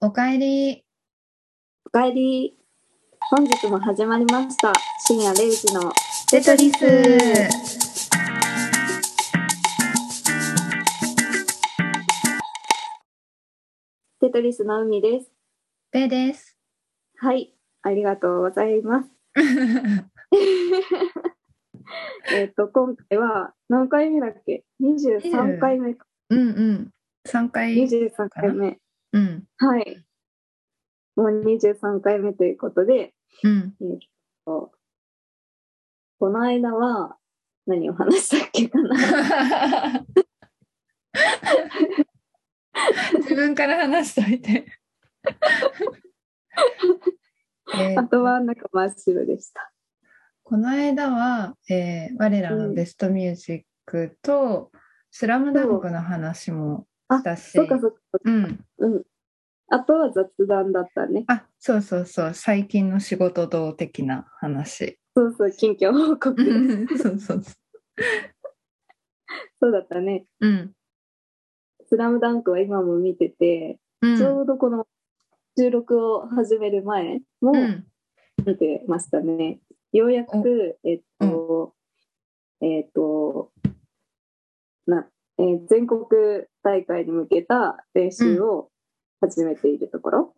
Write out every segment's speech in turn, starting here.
おかえり。おかえり。本日も始まりました。深夜0時のテトリス。テトリスの海です。ベです。 はい、ありがとうございます。えっと、今回は何回目だっけ ?23 回目か。うんうん。3回。 23回目。うん。はい。もう23回目ということで、 うん。こうこの間は何を話したっけかな自分から話しとい て。えーあとはなんか真っ白でした。この間は、えー我らのベストミュージックと、スラムダンクの話もしたし、そうかそうか。うん。うん。あとは雑談だったね。あ、そうそうそう、最近の仕事道的な話。そうそう、近況報告。そうそうそそうだったね。う。うん。スラムダンクは今も見てて、うん。ちょうどこの収録を始める前もうん。見てましたね。ようやく、えっと、えっと、な、えー全国大会に向けた練習を始めているところ。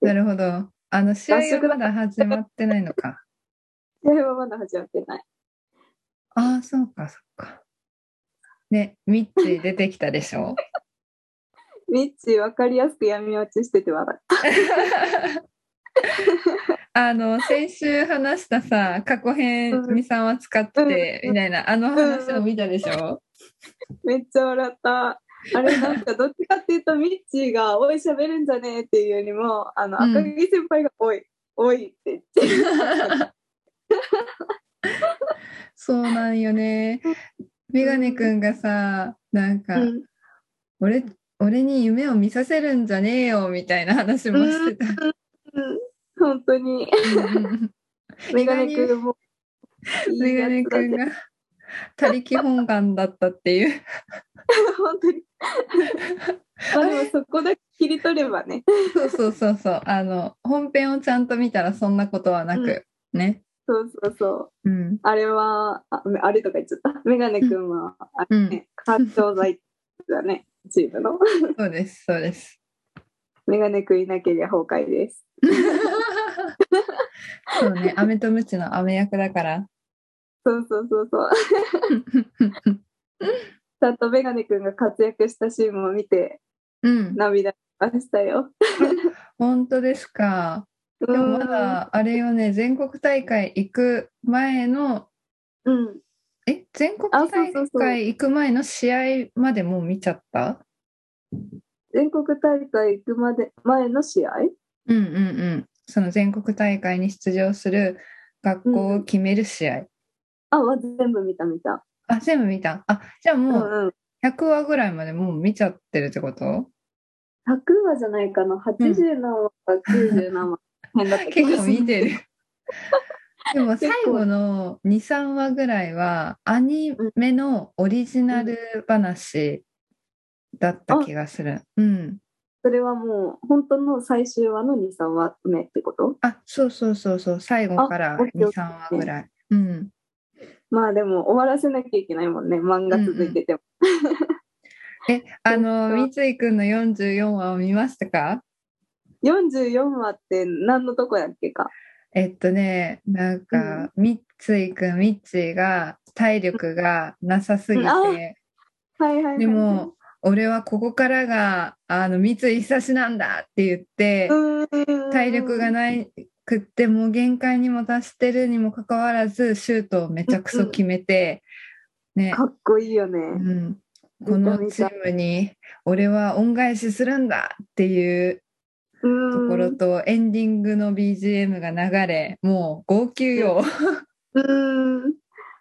なるほど。あの、試合合宿がだまだ始まってないのか。それはまだ始まってない。ああ、そうか、そうか。ね、ミッチー出てきたでしょミッチー、わかりやすく闇落ちしてて笑った。あの、先週話したさ、過去編、うんみさんは使ってて、みたいな、あの話を見たでしょめっちゃ笑った。あれなんかどっちかっていうとミッチーが「おいしゃべるんじゃねえ」っていうよりもあのうん赤木先輩が「おいおい」って言ってそうなんよね。メガネくんがさ、なんか、うん俺俺に夢を見させるんじゃねえよみたいな話もしてた。うん本当に メガネ君もいいメガやネつだくんねが他力本願だったっていう。本当にまあでもそこだけ切り取ればねそうそうそうそう。あの本編をちゃんと見たらそんなことはなく、ね。そうそうそううん。あれはああれとか言っちゃったメガネ君はあれね感傷剤だねチームのそうですそうです。メガネ君いなけりゃ崩壊ですそうね。飴とムチの飴役だから。そうそうそうそう ちゃんとメガネ君が活躍したシーンも見てうん。涙しましたよ。本当ですか。ででもまだあれよね。全国大会行く前のうん、え全国あ大そうそうそう会行く前の試合までもう見ちゃった全国大会行くまで前の試合うんうんうんその全国大会に出場する学校を決める試合、あは全部見た見た。あ全部見たあじゃあうんもううん、 100話ぐらいまでもう見ちゃってるってこと、 100話じゃないかな80何話か90何話変だった気が結す構る見て るでも結最構後の23話ぐらいはアニメのオリジナル話だった気がするうんそれはもう本当の最終話の23話目ってことあそうそうそうそう最後からあオッケー23オッケー話ぐらいうんまあでも終わらせなきゃいけないもんね漫画続いてても、え、あの、そう三井くんの44話を見ましたか44話って何のとこやっけかえっとね、なんか、三井くん、ミッチーが体力がなさすぎうんあて、はいはいはいでも、俺はここからが、あの、三井久志なんだって言って、体体力がないくって、もう限界にも達してるにもかかわらず、シュートをめちゃくそ決めて、ね、かっこいいよね、うん、見たこの見たチームに、俺は恩返しするんだっていうところとエンディングの BGM が流れもう号泣よ、うーん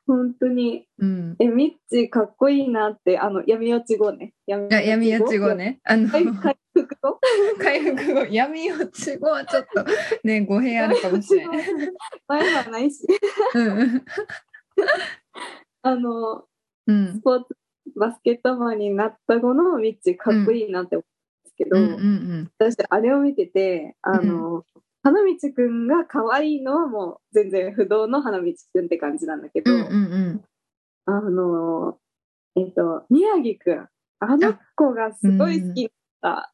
本当にうん、えミッチーかっこいいなってあの闇落ち後ね闇や闇落ち後ねあの回回復後回復後闇落ち後はちょっとね語弊あるかもしれない、 前はないしうんあのうん、スポーツバスケットマンになった後のミッチーかっこいいなって思っけど、うんうんうん私あれを見ててあの、花道くんが可愛いのはもう全然不動の花道くんって感じなんだけど、うんうんうんあのえっと宮城くんあの子がすごい好きだった。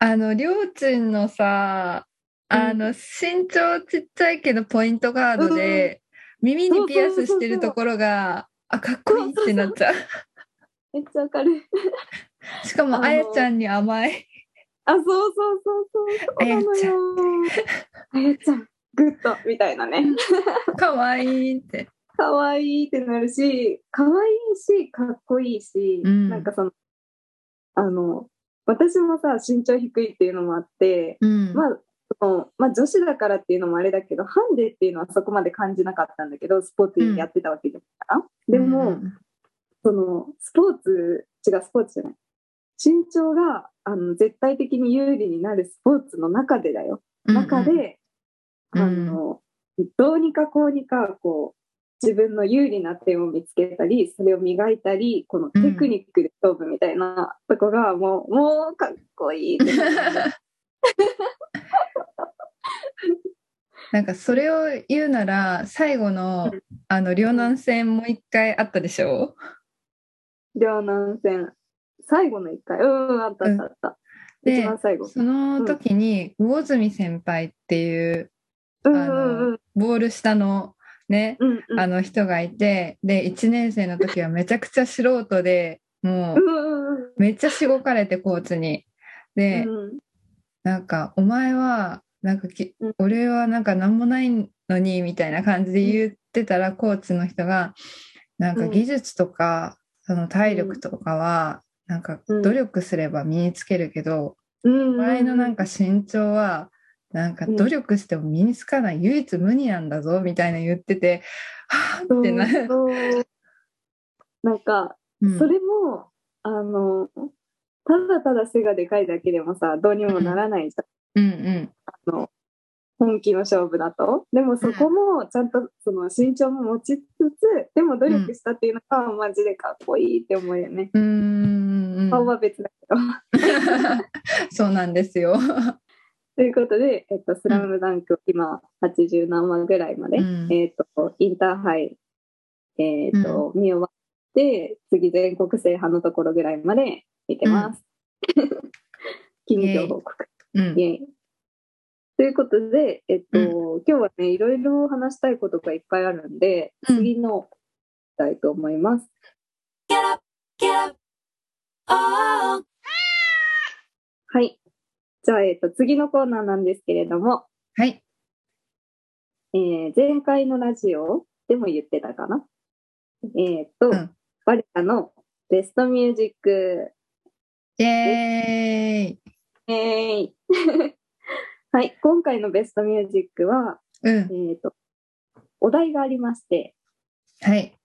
あのりょうちんのさあの身長ちっちゃいけどポイントガードで耳にピアスしてるところがあかっこいいってなっちゃうめっちゃわかる。しかあものあやちゃんに甘いあ、そうそうそうそう。そうなのよ。あやちゃん、グッドみたいなね。かわいいって可愛いってなるし、可愛いし、かっこいいし、うんなんかその、あの、私もさ、身長低いっていうのもあって、うんまあ、そのまあ、女子だからっていうのもあれだけど、ハンデっていうのはそこまで感じなかったんだけど、スポーツやってたわけだから。でも、うんそのスポーツ違うスポーツじゃない身長があの絶対的に有利になるスポーツの中でだよ中で、うんあのどうにかこうにかこう自分の有利な点を見つけたりそれを磨いたりこのテクニックで勝負みたいなとこがもう、もうかっこいいって なんかそれを言うなら最後のあの両南戦もう一回あったでしょ両南戦最後の一回うんあったあったあった、で一番最後その時に魚住先輩っていううんうあんうんのボール下のねうんうんあの人がいてで1年生の時はめちゃくちゃ素人でもううんうんうんめっちゃしごかれてコーチに。で、うんなんか「お前はなんかきうん俺はなんか何もないのに」みたいな感じで言ってたらコーチの人が「なんかうん技術とかその体力とかはなんかうん努力すれば身につけるけど、うんうおん前のなんか身長はなんかうん努力しても身につかない唯一無二なんだぞ」みたいな言ってて「はぁ」ってなそうそうなんか、うんそれも、あの、ただただ背がでかいだけでもさ、どうにもならないじゃん。うんうん本気の勝負だと。でもそこも、ちゃんとその身長も持ちつつ、でも努力したっていうのが、マジでかっこいいって思うよね。うーんうん顔は別だけど。 そうなんですよ。ということで、えっと、スラムダンク、今、80何話ぐらいまで、うんえっと、インターハイ、えっと、見終わって、次、全国制覇のところぐらいまで見てます。 近況報告。うんイエイということで、えっと、う今日はね、いろいろ話したいことがいっぱいあるんで、うん次の、いきたいと思います。はい。じゃあ、えっと、次のコーナーなんですけれども、はいえー前回のラジオでも言ってたかな。えっ、と、うん我らのベストミュージック。イエーイイエーイ はい、今回のベストミュージックは、うえっ、んと、お題がありまして、はい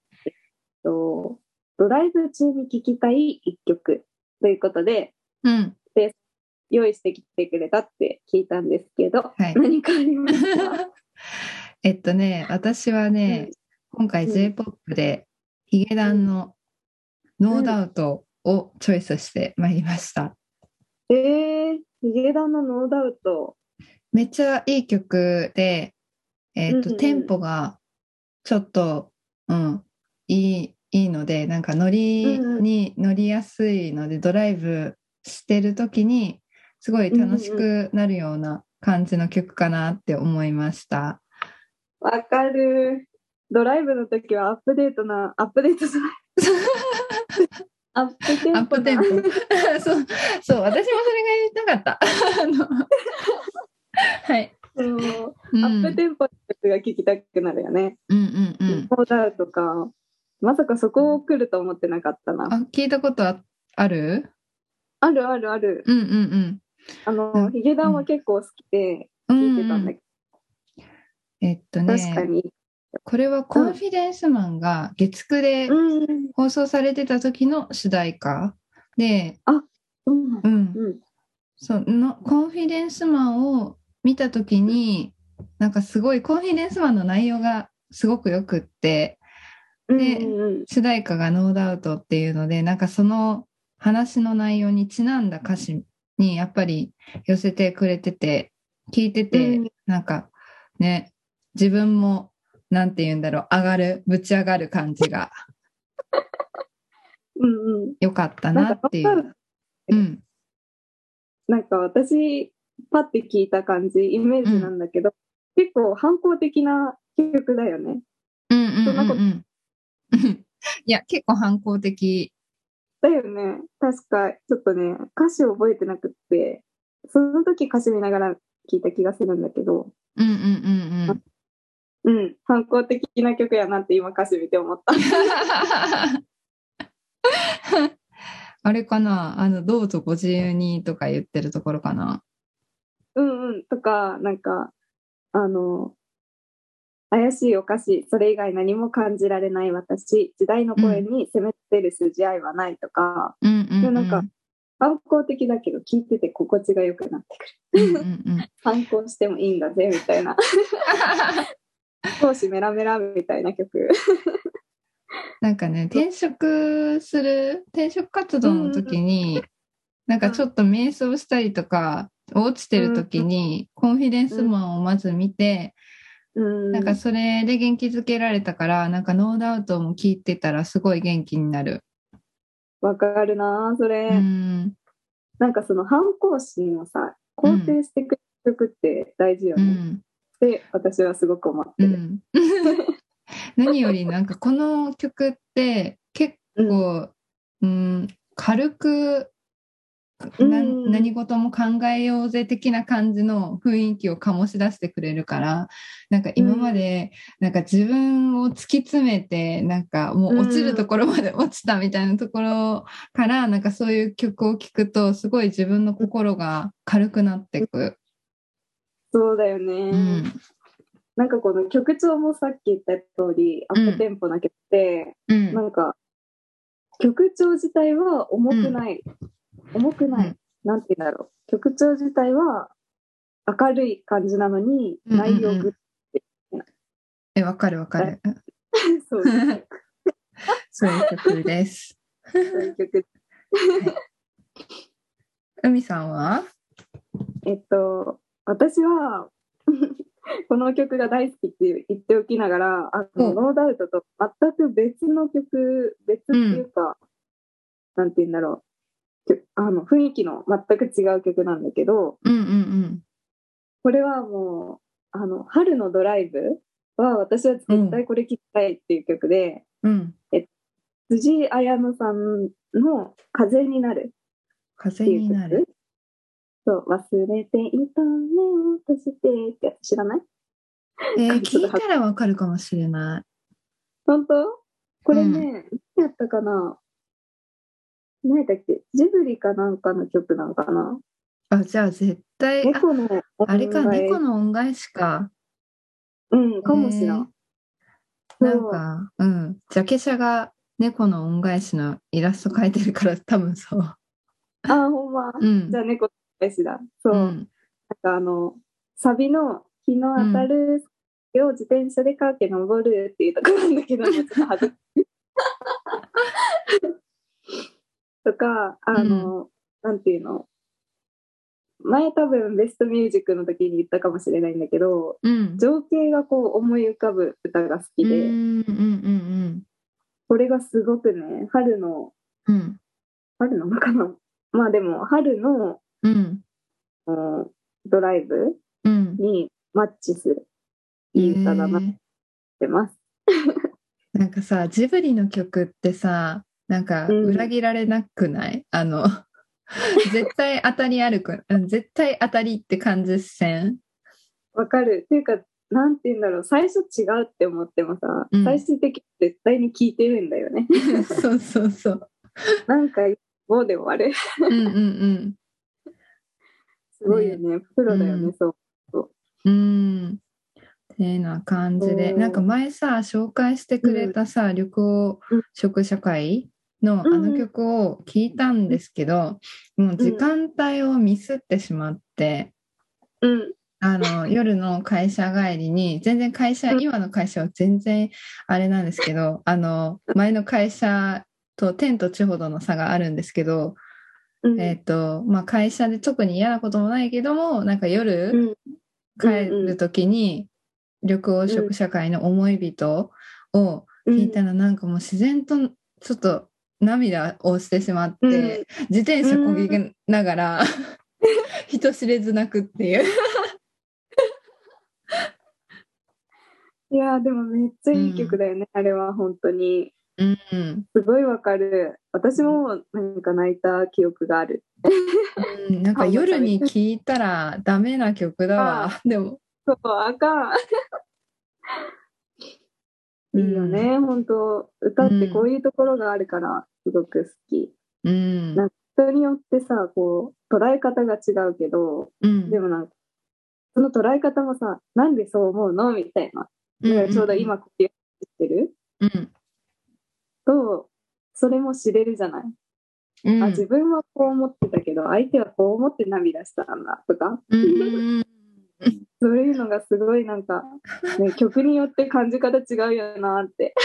とドライブ中に聴きたい一曲ということで、うん用意してきてくれたって聞いたんですけど、はい何かありますかえっとね私はね、今回うん j p o p でヒゲダンの「ノーダウト」をチョイスしてまいりましたえー、ヒゲダンのノーダウト。めっちゃいい曲で、えっうんうんうとんテンポがちょっと、うん、いいいいのでなんか乗りうんうんに乗りやすいのでドライブしてる時にすごい楽しくなるような感じの曲かなって思いました。わかる。ドライブの時はアップデートな、アップデートじ ゃない。アップテンポなアップテンポ そうそう私もそれが言いた かったあのはい、そううん、アップテンポの曲が聴きたくなるよね。うんうんうんノーダウトか。まさかそこを来ると思ってなかったな。あ聞いたことああるあるあるある。うんうんあの、うんヒゲダンは結構好きでうん聴いてたんだうんけうんえっとど、ね確かに。これはコンフィデンスマンが月9でうん。放送されてた時の主題歌で、うん。うん、うん。そのコンフィデンスマンを見た時になんかすごいコンフィデンスマンの内容がすごくよくってでうん主題歌が「ノーダウト」っていうのでなんかその話の内容にちなんだ歌詞にやっぱり寄せてくれてて、聞いてて、うんなんかね、自分も、なんて言うんだろう、上がる、ぶち上がる感じがうんうん。良かったななんかっていわかう。るうん。なんか私、パッて聞いた感じ、イメージなんだけど、結構反抗的な曲だよね。うんうんそんなことうんうん。 いや、結構反抗的。だよね。確か、ちょっとね、歌詞覚えてなくって、その時歌詞見ながら聞いた気がするんだけど、うんうんうんうん。 うん、反抗的な曲やなって今歌詞見て思った。 あれかなあの、どうぞご自由にとか言ってるところかなうんうん、とか、なんか、あの、怪しいお菓子、それ以外何も感じられない私、時代の声に責めてる筋合いはないとか、うんうん、うでん。なんか反抗的だけど聞いてて心地が良くなってくる。うんうん うん。反抗してもいいんだぜ、みた いな。闘志メラメラみたいな曲。なんかね、転職する、転職活動の時に、なんかちょっと瞑想したりとか、落ちてる時に、コンフィデンスマンをまず見て、うん。なんかそれで元気づけられたから、なんかノーダウトも聞いてたらすごい元気になる。わかるなぁそれ、うん。なんかその反抗心をさ、肯定してくれる曲って大事ようね。ん。って私はすごく思ってうる。ん 何よりなんかこの曲って結構、うん、軽くなうん何事も考えようぜ的な感じの雰囲気を醸し出してくれるからなんか今までなんか自分を突き詰めてなんかもう落ちるところまで落ちたみたいなところからなんかそういう曲を聴くとすごい自分の心が軽くなってく。そうだよね。うんなんかこの曲調もさっき言った通り、アうんップテンポな曲で、うんなんか、曲調自体は重くない。重くない。うんなんて言うんだろう。曲調自体は明るい感じなのに、うんうんうん内容ぐ、えわかるわかる。そういう そういう曲です。そういう 曲。海さんはえっと、私は、 この曲が大好きって言っておきながら、あうの、んノーダウトと全く別の曲、別っていうか、なんて言うんだろう。きあの、雰囲気の全く違う曲なんだけど、うんうんこれはもう、あの、春のドライブは私は絶対これ聴きたいっていう曲で、うん。うん。辻彩乃さんの風になる風っていにうな曲 る。。そう、忘れていた目を閉じてってやつ知らないえー、聞いたらわかるかもしれない。本当これね、何やったかな何やったっけジブリかなんかの曲なのかなあ、じゃあ絶対、あ猫のおあれか、願い猫の恩返しか。うん、かもしれえーん。なんそうか、うん。ジャケ写が猫の恩返しのイラスト描いてるから多分そう。あ、ほんま。うんじゃ。あ猫のお返しだ。そう。うん。なんかあの、サビの日の当たる夜を自転車で駆け登るっていうところなんだけど、ちょっと恥ずとか、あの、なんていうの。前多分ベストミュージックの時に言ったかもしれないんだけど、うん。情景がこう思い浮かぶ歌が好うきんで、うんうんこれがすごくね、春の、うん。うん。春なのかなまあでも、春の、うん。うんドライブうん。にマッチする。いい歌だなっえーてます。なんかさ、ジブリの曲ってさ、なんかうん裏切られなくない、あ の、絶対当たりあるく、うん絶対当たりって感じせん わかる。っていうか、なんて言うんだろう、最初違うって思ってもさ、うん最終的に絶対に聞いてるんだよね。 そうそうそう。なんか、もうで終わる。うんうんすごいよね。プロだよね、うんそう。うん。うん。てな感じで、そうなんか前さ、紹介してくれたさ、旅行うん食社会のあの曲を聞いたんですけど、もう時間帯をミスってしまって、うん。あの夜の会社帰りに全然会社うん今の会社は全然あれなんですけどあの前の会社と天と地ほどの差があるんですけどうんえっ、と、まあ、会社で特に嫌なこともないけども、なんか夜、うん帰るときに、緑黄色社会の思い人を聞いたら、なんかもう自然とちょっと涙をしてしまって、うん自転車こぎながら、 人知れず泣くっていう。いやーでもめっちゃいい曲だよね、あれは本当にうん。すごいわかる私もなんか泣いた記憶があるうん、なんか夜に聴いたらダメな曲だわ。 でも、そうあ かんいいよね、本当歌ってこういうところがあるからすごく好き、うん。なん人によってさこう捉え方が違うけどうんでもなんかその捉え方もさなんでそう思うのみたいなだからちょうど今こういう話してるうん、とそれも知れるじゃないうん、あ自分はこう思ってたけど相手はこう思って涙したんだとかうん、そういうのがすごいなんか、ね、曲によって感じ方違うよなって。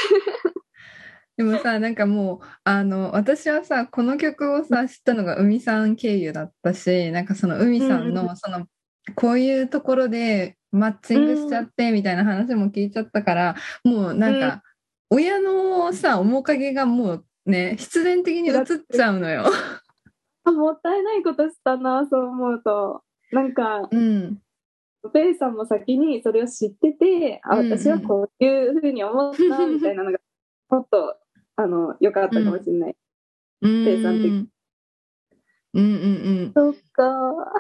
でもさなんかもうあの私はさこの曲をさ知ったのが海さん経由だったしなんかその海さんうんうのそのこういうところでマッチングしちゃってみたいな話も聞いちゃったからもうなんか親のさ面影がもうね必然的に映っちゃうのよ。あもったいないことしたなそう思うと。なんかうんペイさんも先にそれを知っててあうんうん私はこういうふうに思ったみたいなのがもっとあの良かったかもしれない。うん生産的うんうんうんそっか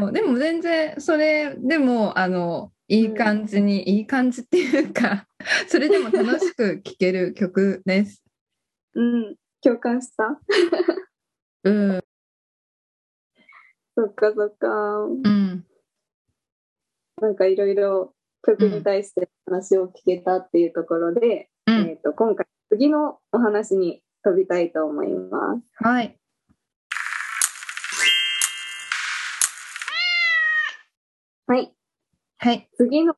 そうでも全然それでもあのいい感じに、いい感じっていうか それでも楽しく聴ける曲です。うん共感したうんそっかそっかうんなんかいろいろ曲に対して話を聞けたっていうところで。うえんー、と今回次のお話に飛びたいと思います。はいはい、はい次の、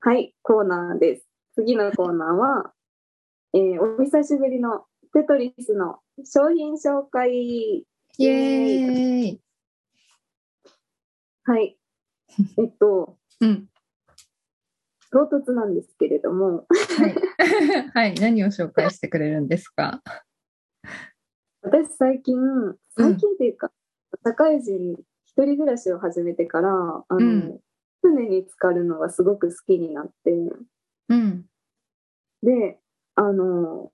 はい、コーナーです。次のコーナーは、えーお久しぶりのテトリスの商品紹介。イエーイ はい。えっと、うん唐突なんですけれど も、はい、はい、何を紹介してくれるんですか私最近、最近というか、社会人一人暮らしを始めてから、あうの、ん船に浸かるのがすごく好きになって、うんで、あの、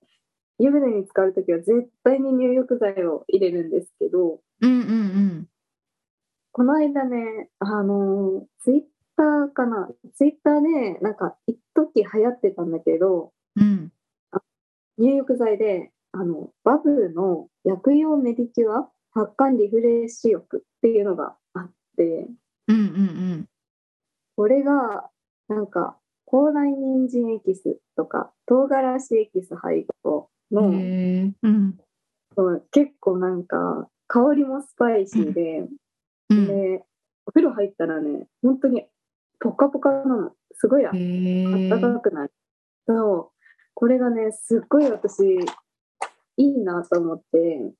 湯船に浸かるときは絶対に入浴剤を入れるんですけど、うんうんこの間ね、あの、ツイッターかな、ツイッターで、なんか、一時流行ってたんだけど、うんうん入浴剤で、あの、バブルの薬用メディキュア発汗リフレッシュ浴っていうのがあって、うんうんこれが、なんか、高麗人参エキスとか、唐辛子エキス配合うの、んへーうんそう結構なんか香りもスパイシーで,、うんでお風呂入ったらね本当にポカポカなのすごいあへー暖かくなる、そうこれがねすっごい私いいなと思って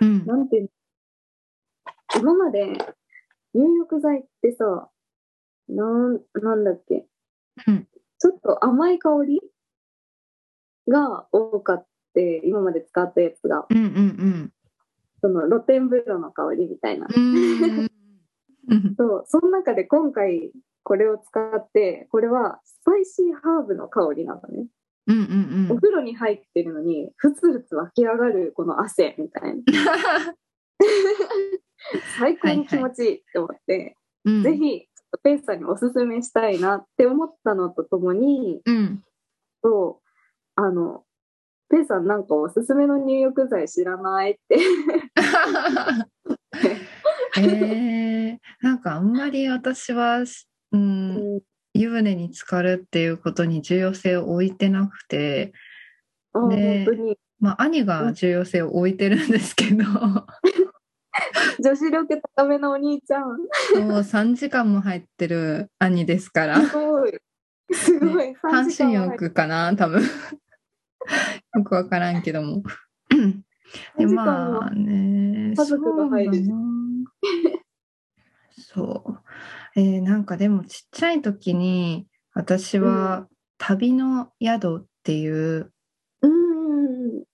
うんなんていうの今まで入浴剤ってさなんなんだっけ、うんちょっと甘い香りが多かって今まで使ったやつがうんうんその露天風呂の香りみたいな。うんうんそう、その中で今回これを使って、これはスパイシーハーブの香りなのね。うんうんうおん風呂に入ってるのに、ふつふつ湧き上がるこの汗みたいな。最高に気持ちいいって思って、うんぜひ、ちょっとペンさんにおすすめしたいなって思ったのとともに、 うんそう、あの、ペンさんなんかおすすめの入浴剤知らないって。えー、なんかあんまり私は、うん、湯船に浸かるっていうことに重要性を置いてなくて、あね本当に。まあ、兄が重要性を置いてるんですけ ども女子力高めのお兄ちゃん。う3時間も入ってる兄ですからすごい。すごい。半三時間身 も入って浴かな多分よくわからんけどもで3時間まはあね家族が入るそうだなそうえーなんかでもちっちゃい時に私は旅の宿っていううんうんうん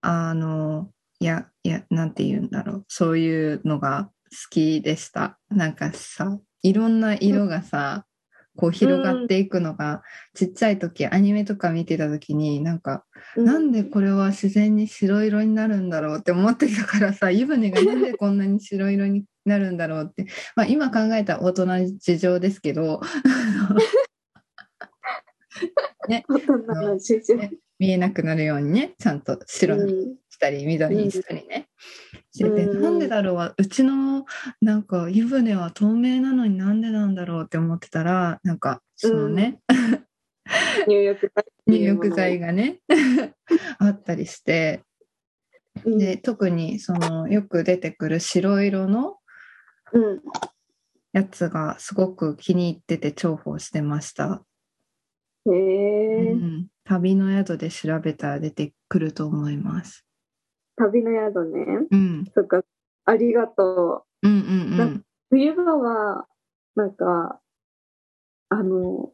あのいやいやなんて言うんだろうそういうのが好きでしたなんかさいろんな色がさ、こう広がっていくのが、ちっちゃい時アニメとか見てた時になんかうんなんでこれは自然に白色になるんだろうって思ってたからさ湯船がなんでこんなに白色になるんだろうって、まあ、今考えたら大人の事情ですけど大人の主張ね見えなくなるようにねちゃんと白にしたり緑にしたりね、しててうんなんでだろうはうちのなんか湯船は透明なのになんでなんだろうって思ってたらなんかそのね、入浴剤入浴剤がね あったりしてうんで特にそのよく出てくる白色のうんやつがすごく気に入ってて重宝してました、へうえ、ん、旅の宿で調べたら出てくると思います、旅の宿ねうん、そっかありがとうんうんうなんんう冬場はなんかあの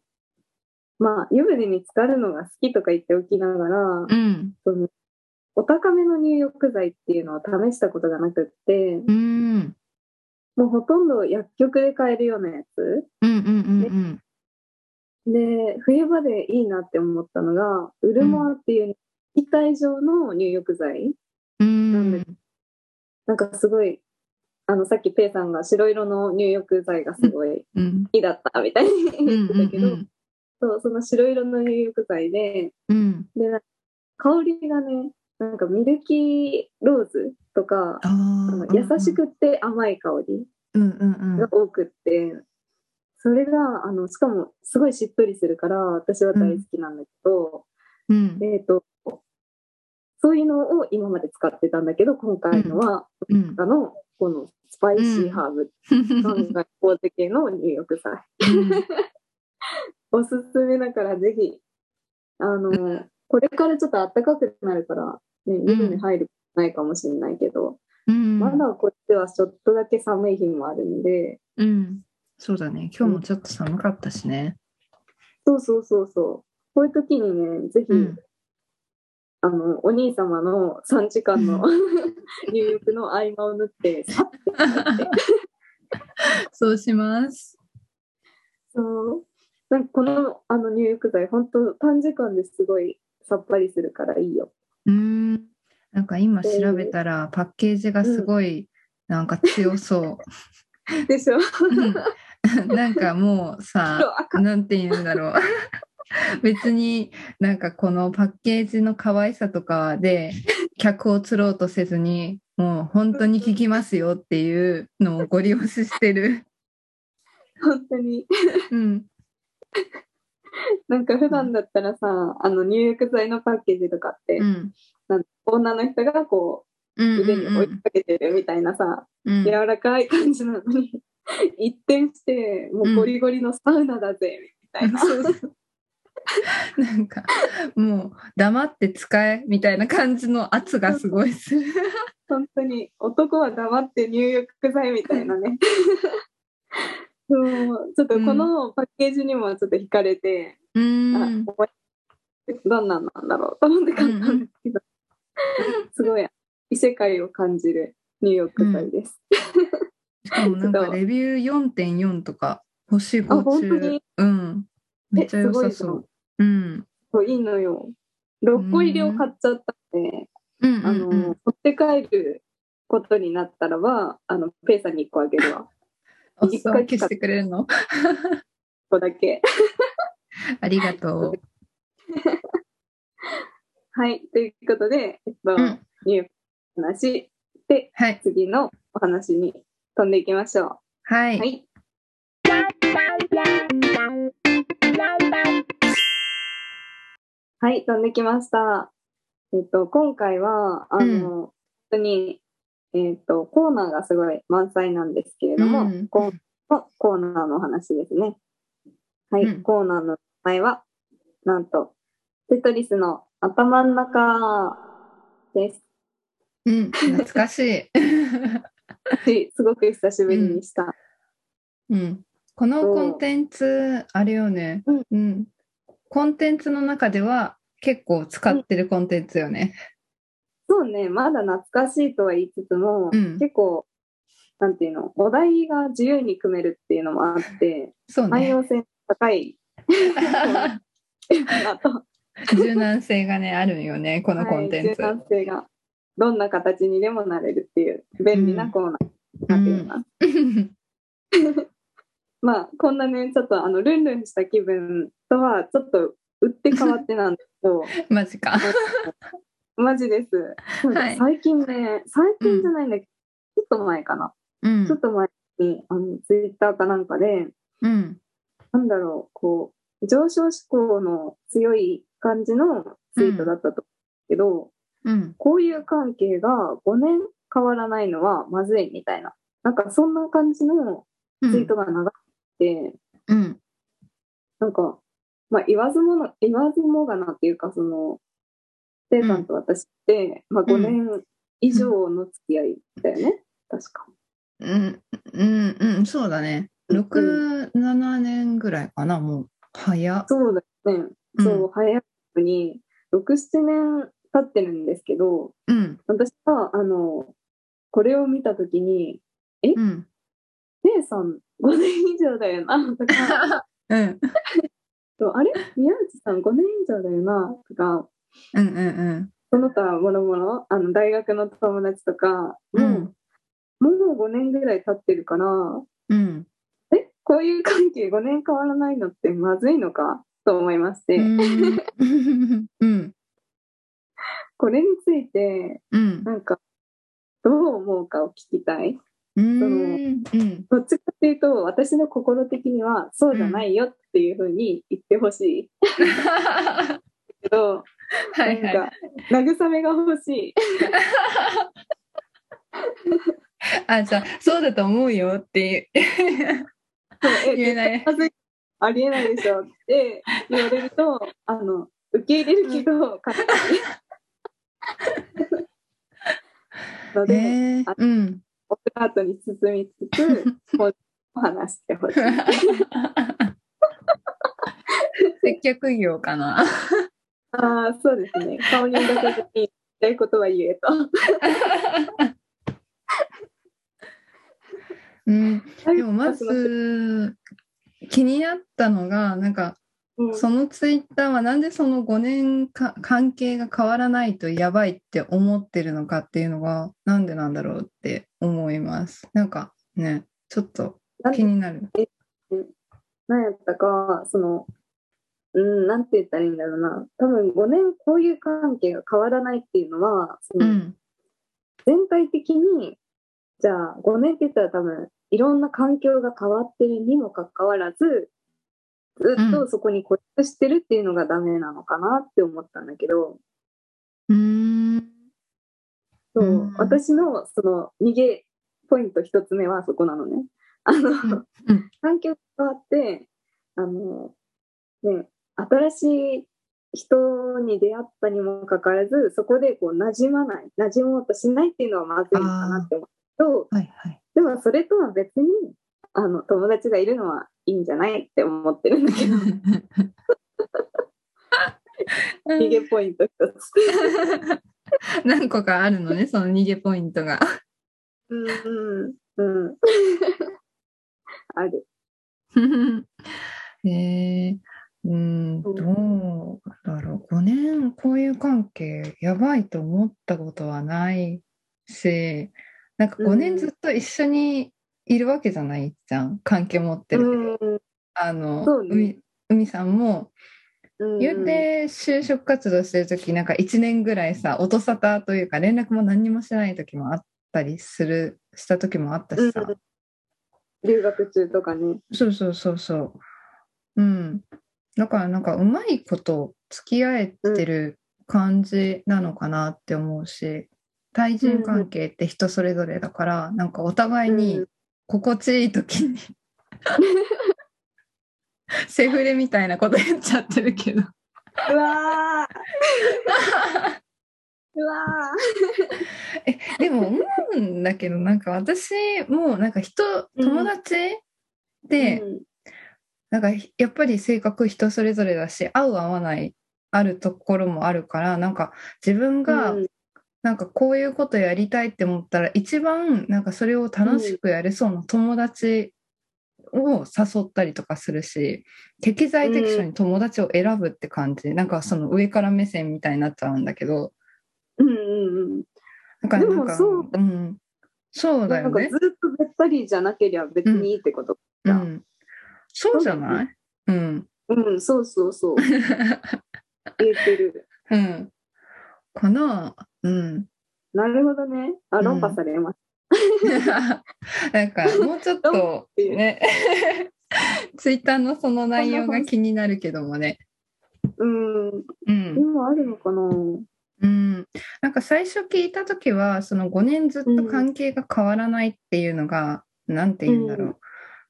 まあ湯船に浸かるのが好きとか言っておきながら、うんお高めの入浴剤っていうのを試したことがなくってうんもうほとんど薬局で買えるようなやつうんうんうんうんで冬場でいいなって思ったのがウルモアっていう液体状の入浴剤うんなんかすごいあのさっきペイさんが白色の入浴剤がすごいうん好きだったみたいにうん言ってたけど、うんそうその白色の入浴剤でうんでなんか香りがねなんかミルキーローズとかああーの優しくって甘い香りうんうんが多くって、それがあのしかもすごいしっとりするから私は大好きなんだけど、うんうんえっとそういうのを今まで使ってたんだけど今回のは、うんあのこのスパイシーハーブ三外公的の入浴剤。おすすめだから、ぜひ、あう の、これからちょっと暖かくなるから、ね、湯船入ることないかもしれないけど、うんまだこっちはちょっとだけ寒い日もあるんで、うんそうだね今日もちょっと寒かったしねそうそうそうそう。こういう時にね、ぜひ、うん あの、お兄様の3時 間のう入浴の合間を縫って、さっと入って。そうしますそう。なんかこのあの入浴剤、本当短時間ですごいさっぱりするからいいよ。うーん、なんか今調べたらパッケージがすごいなんか強そう。でしょなん かもう黒さ、赤なんて言うんだろう。 別になんかこのパッケージの可愛さとかで客を釣ろうとせずに、もう本当に聞きますよっていうのをご利用しして る。本当に。うん、なんか普段だったらさ、あの入浴剤のパッケージとかって、うん、女の人がこう、うん腕に追ういんかけてるみたいなさ、うん、柔らかい感じなのに、 一転して、もうゴリゴリのサウナだぜ、みたい な。そうそうなんかもう黙って使えみたいな感じの圧がすごいする。本当に、男は黙って入浴剤みたいなね。 そうちょっとこのパッケージにもちょっと惹かれて、うあーん。どんなんなんだろうと思って買ったんですけど、すごい異世界を感じる入浴剤です。しかもなんかレビュー4.4とか星あ本当5中に。うん。めっちゃ良さえすそごいぞう。うん。そういいのよ。6個入りを買っちゃったんで、うんうんあうんの、持って帰ることになったらば、あの、ペイさんに1個あげるわ。あ一そう回消してくれるの 1個だけ。ありがとう。はい。ということで、えっと、うん入浴の話で、はい。次のお話に飛んでいきましょは。う。はいい。はい、飛んできました。えっと、今回は、あの、うん本当に、えっと、コーナーがすごい満載なんですけれども、うんこのコーナーのお話ですね。はい、うんコーナーの名前は、 なんと、テトリスの頭の中です。うん、懐かしい。 しすごく久しぶりにした。うん、このコンテンツ、あれよね、うんうん。コンテンツの中では結構使ってるコンテンツよね。そうね、まだ懐かしいとは言いつつも、うん結構、なんていうの、お題が自由に組めるっていうのもあって、そう汎ね。用性 高いなと、柔軟性がね、あるんよね、このコンテンツ。 はい柔軟性がどんな形にでもなれるっていう便利なコーナーになっています。まあこんなねちょっとあのルンルンした気分とはちょっと打って変わってなんです けどマジか。マジです、はい最近ね最近じゃないんだけど、ちょっと前かな、うんちょっと前にあのツイッターかなんかでうん。なんだろうこう上昇志向の強い感じのツイートだったと思うけど、うん。こういう関係が5年変わらないのはまずいみたいな。なんかそんな感じのうツイーんトが流れて、うん。なんか、まあ言わずもの、言わずもがなっていうか、その、ステーさんと私って、まあ5年以上の付き合いだよね。確か。うん。うん。うん。そうだね。6、7年ぐらいかな、もう。早っ。そうだよね。うんそう、早くに、6、7年経ってるんですけど、うん。私は、あの、これを見たときに、うん。テイさん5年以上だよな、とか、 うん。そうあれ宮内さん5年以上だよなとかうん。うん。その他もろもろあの大学の友達とかもうう,、ん。もう5年ぐらい経ってるからうん。えこういう関係5年変わらないのってまずいのかと思いまして、うん。うん。これについてうん。なんかどう思うかを聞きたいーうんうんどっちかっていうと私の心的にはそうじゃないよっていうふうに言ってほしいはけど、いなんはか慰めが欲しい。い。あ、じゃあ、そうだと思うよっていう。そう言えない絶対まずありえないでしょって言われるとあの受け入れるけど勝手に ので、えーうん。オブラートに包みつつもうお話し てほしい接客業かな。ああそうですね顔に抱かずに言いたいことは言えとうん。でも、ま、ず、気になったのが、なんか、うんそのツイッターはなんでその5年か関係が変わらないとやばいって思ってるのかっていうのがなんでなんだろうって思います。なんかね、ちょっと気になる。何やったかそのうん、なんて言ったらいいんだろうな多分5年こういう関係が変わらないっていうのはその、うん。全体的にじゃあ5年って言ったら多分いろんな環境が変わってるにもかかわらずずっとそこに固執してるっていうのがダメなのかなって思ったんだけど、うーん。そううん私のその逃げポイント一つ目はそこなのね。あの、んうん環境が変わってあの、ね、新しい人に出会ったにもかかわらずそこでこう馴染まない馴染もうとしないっていうのはまずいのかなって思うとはい はい。でもそれとは別にあの友達がいるのはいいんじゃないって思ってるんだけど逃げポイント一つ。 何個かあるのね、その逃げポイントが。うんうんうん、ある。 へえうん、どうだろう。5年こういう関係やばいと思ったことはないし、なんか5う年んずっと一緒にいるわけじゃないじゃん。関係持ってるけど。うんあの、そうね海海さんもうん言うて就職活動してる時なんか1年ぐらいさ音沙汰というか連絡も何にもしない時もあったりするした時もあったしさ、うん留学中とかね。そうそうそうそううんだからなんかうまいこと付き合えてる感じなのかなって思うし対人関係って人それぞれだから、なんかお互いにうん心地いい時 にセフレみ たいなこと言っちゃってるけどうわうわえでも思うんだけどなんか私もうなんか人うん友達ーで、なんかやっぱり性格人それぞれだし合う合わないあるところもあるからなんか自分がうんなんかこういうことやりたいって思ったら一番なんかそれを楽しくやれそうな友達を誘ったりとかするし適材適所に友達を選ぶって感じ、なんかその上から目線みたいになっちゃうんだけどうんうんうんだからなんかでもそううん、そうだなよんかねずっとべったりじゃなければ別にいいってこと。うかん、そうじゃないうん、うん、そうそ うそう。言ってる。うん、かなうんなるほどね。あ、論破されます。 なんかもうちょっと ねツイッターのその内容が気になるけどもねうん。うん、今あるのかなうん、なんか最初聞いた時はその5年ずっと関係が変わらないっていうのが、なんて言うんだろう、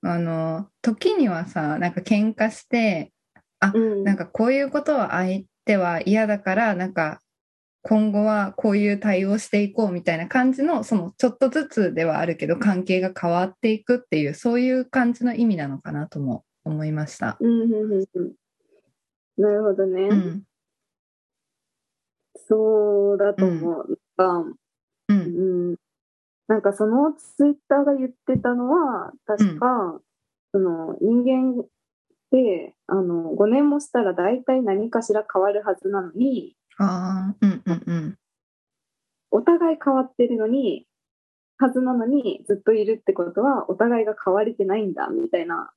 あの時にはさなんか喧嘩してうん。なんかこういうことは相手は嫌だからなんか今後はこういう対応していこうみたいな感じのそのちょっとずつではあるけど関係が変わっていくっていうそういう感じの意味なのかなとも思いました。うんうんうんうん。なるほどね。うんそうだと思う。なんか、ううんん。なんかそのツイッターが言ってたのは、確か、その人間って、あの、5年もしたら大体何かしら変わるはずなのに、あーうんうんうんお互い変わってるのに、はずなのにずっといるってことは、お互いが変われてないんだ、みたいな、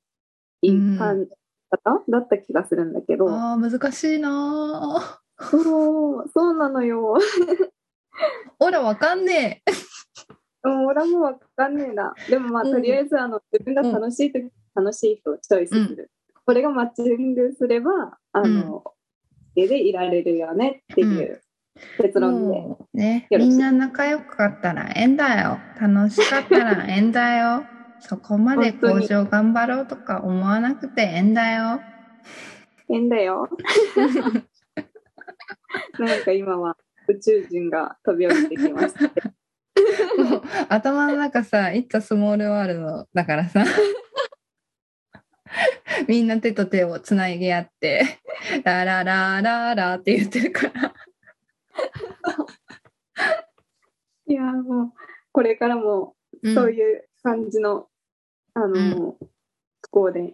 いうんい感じ方だった気がするんだけど、あー難しいなそう、そうなのよ。ーオラわかんねえもう俺もわかんねえな。でもまあ、うんとりあえず、あの、自分が楽しいとき、楽しいとチョイスする。これがマッチングすれば、あの、家でいられるよねっていう結論で。もうねよろみしいんな仲良かったら縁だよ楽しかったら縁だよそこまで本当に向上頑張ろうとか思わなくて縁だよ変だ よ。なんか今は宇宙人が飛び降りてきました。もう 頭の中さ「いっ s スモールワールド」だからさ みんな手と手をつなぎ合って「ラララララ」って言ってるから いやーもうこれからもそういう感じの、あのー、気候で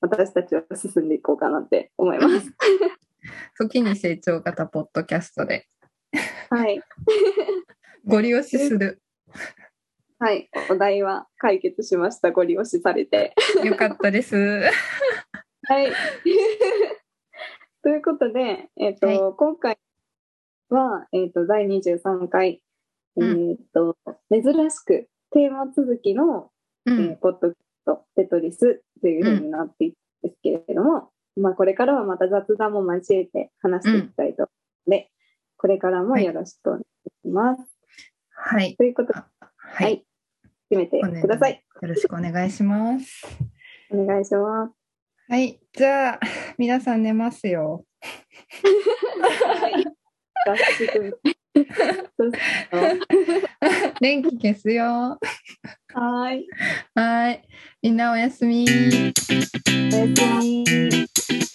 私たちは進んでいこうかなって思い ます。時に成長型ポッドキャストではい。ご利用しするはい。お題は解決しました。ご利用しされて。 よかったですはい。 ということで、えっ、と、はい今回は、えっ、と、第23回、うんえっ、と、珍しくテーマ続きの、うえーんポッドキャスト、テトリスというふうになっているんですけれども、まあ、これからはまた雑談も交えて話していきたいと思うので、これからもよろしくお願いします。はいということで、ははいい決めてお願いください。よろしくお願いしますお願いします。はいじゃあ皆さん寝ますよはい合宿組そうそう電気消すよはーい。はいみんなおやすみおやすみ。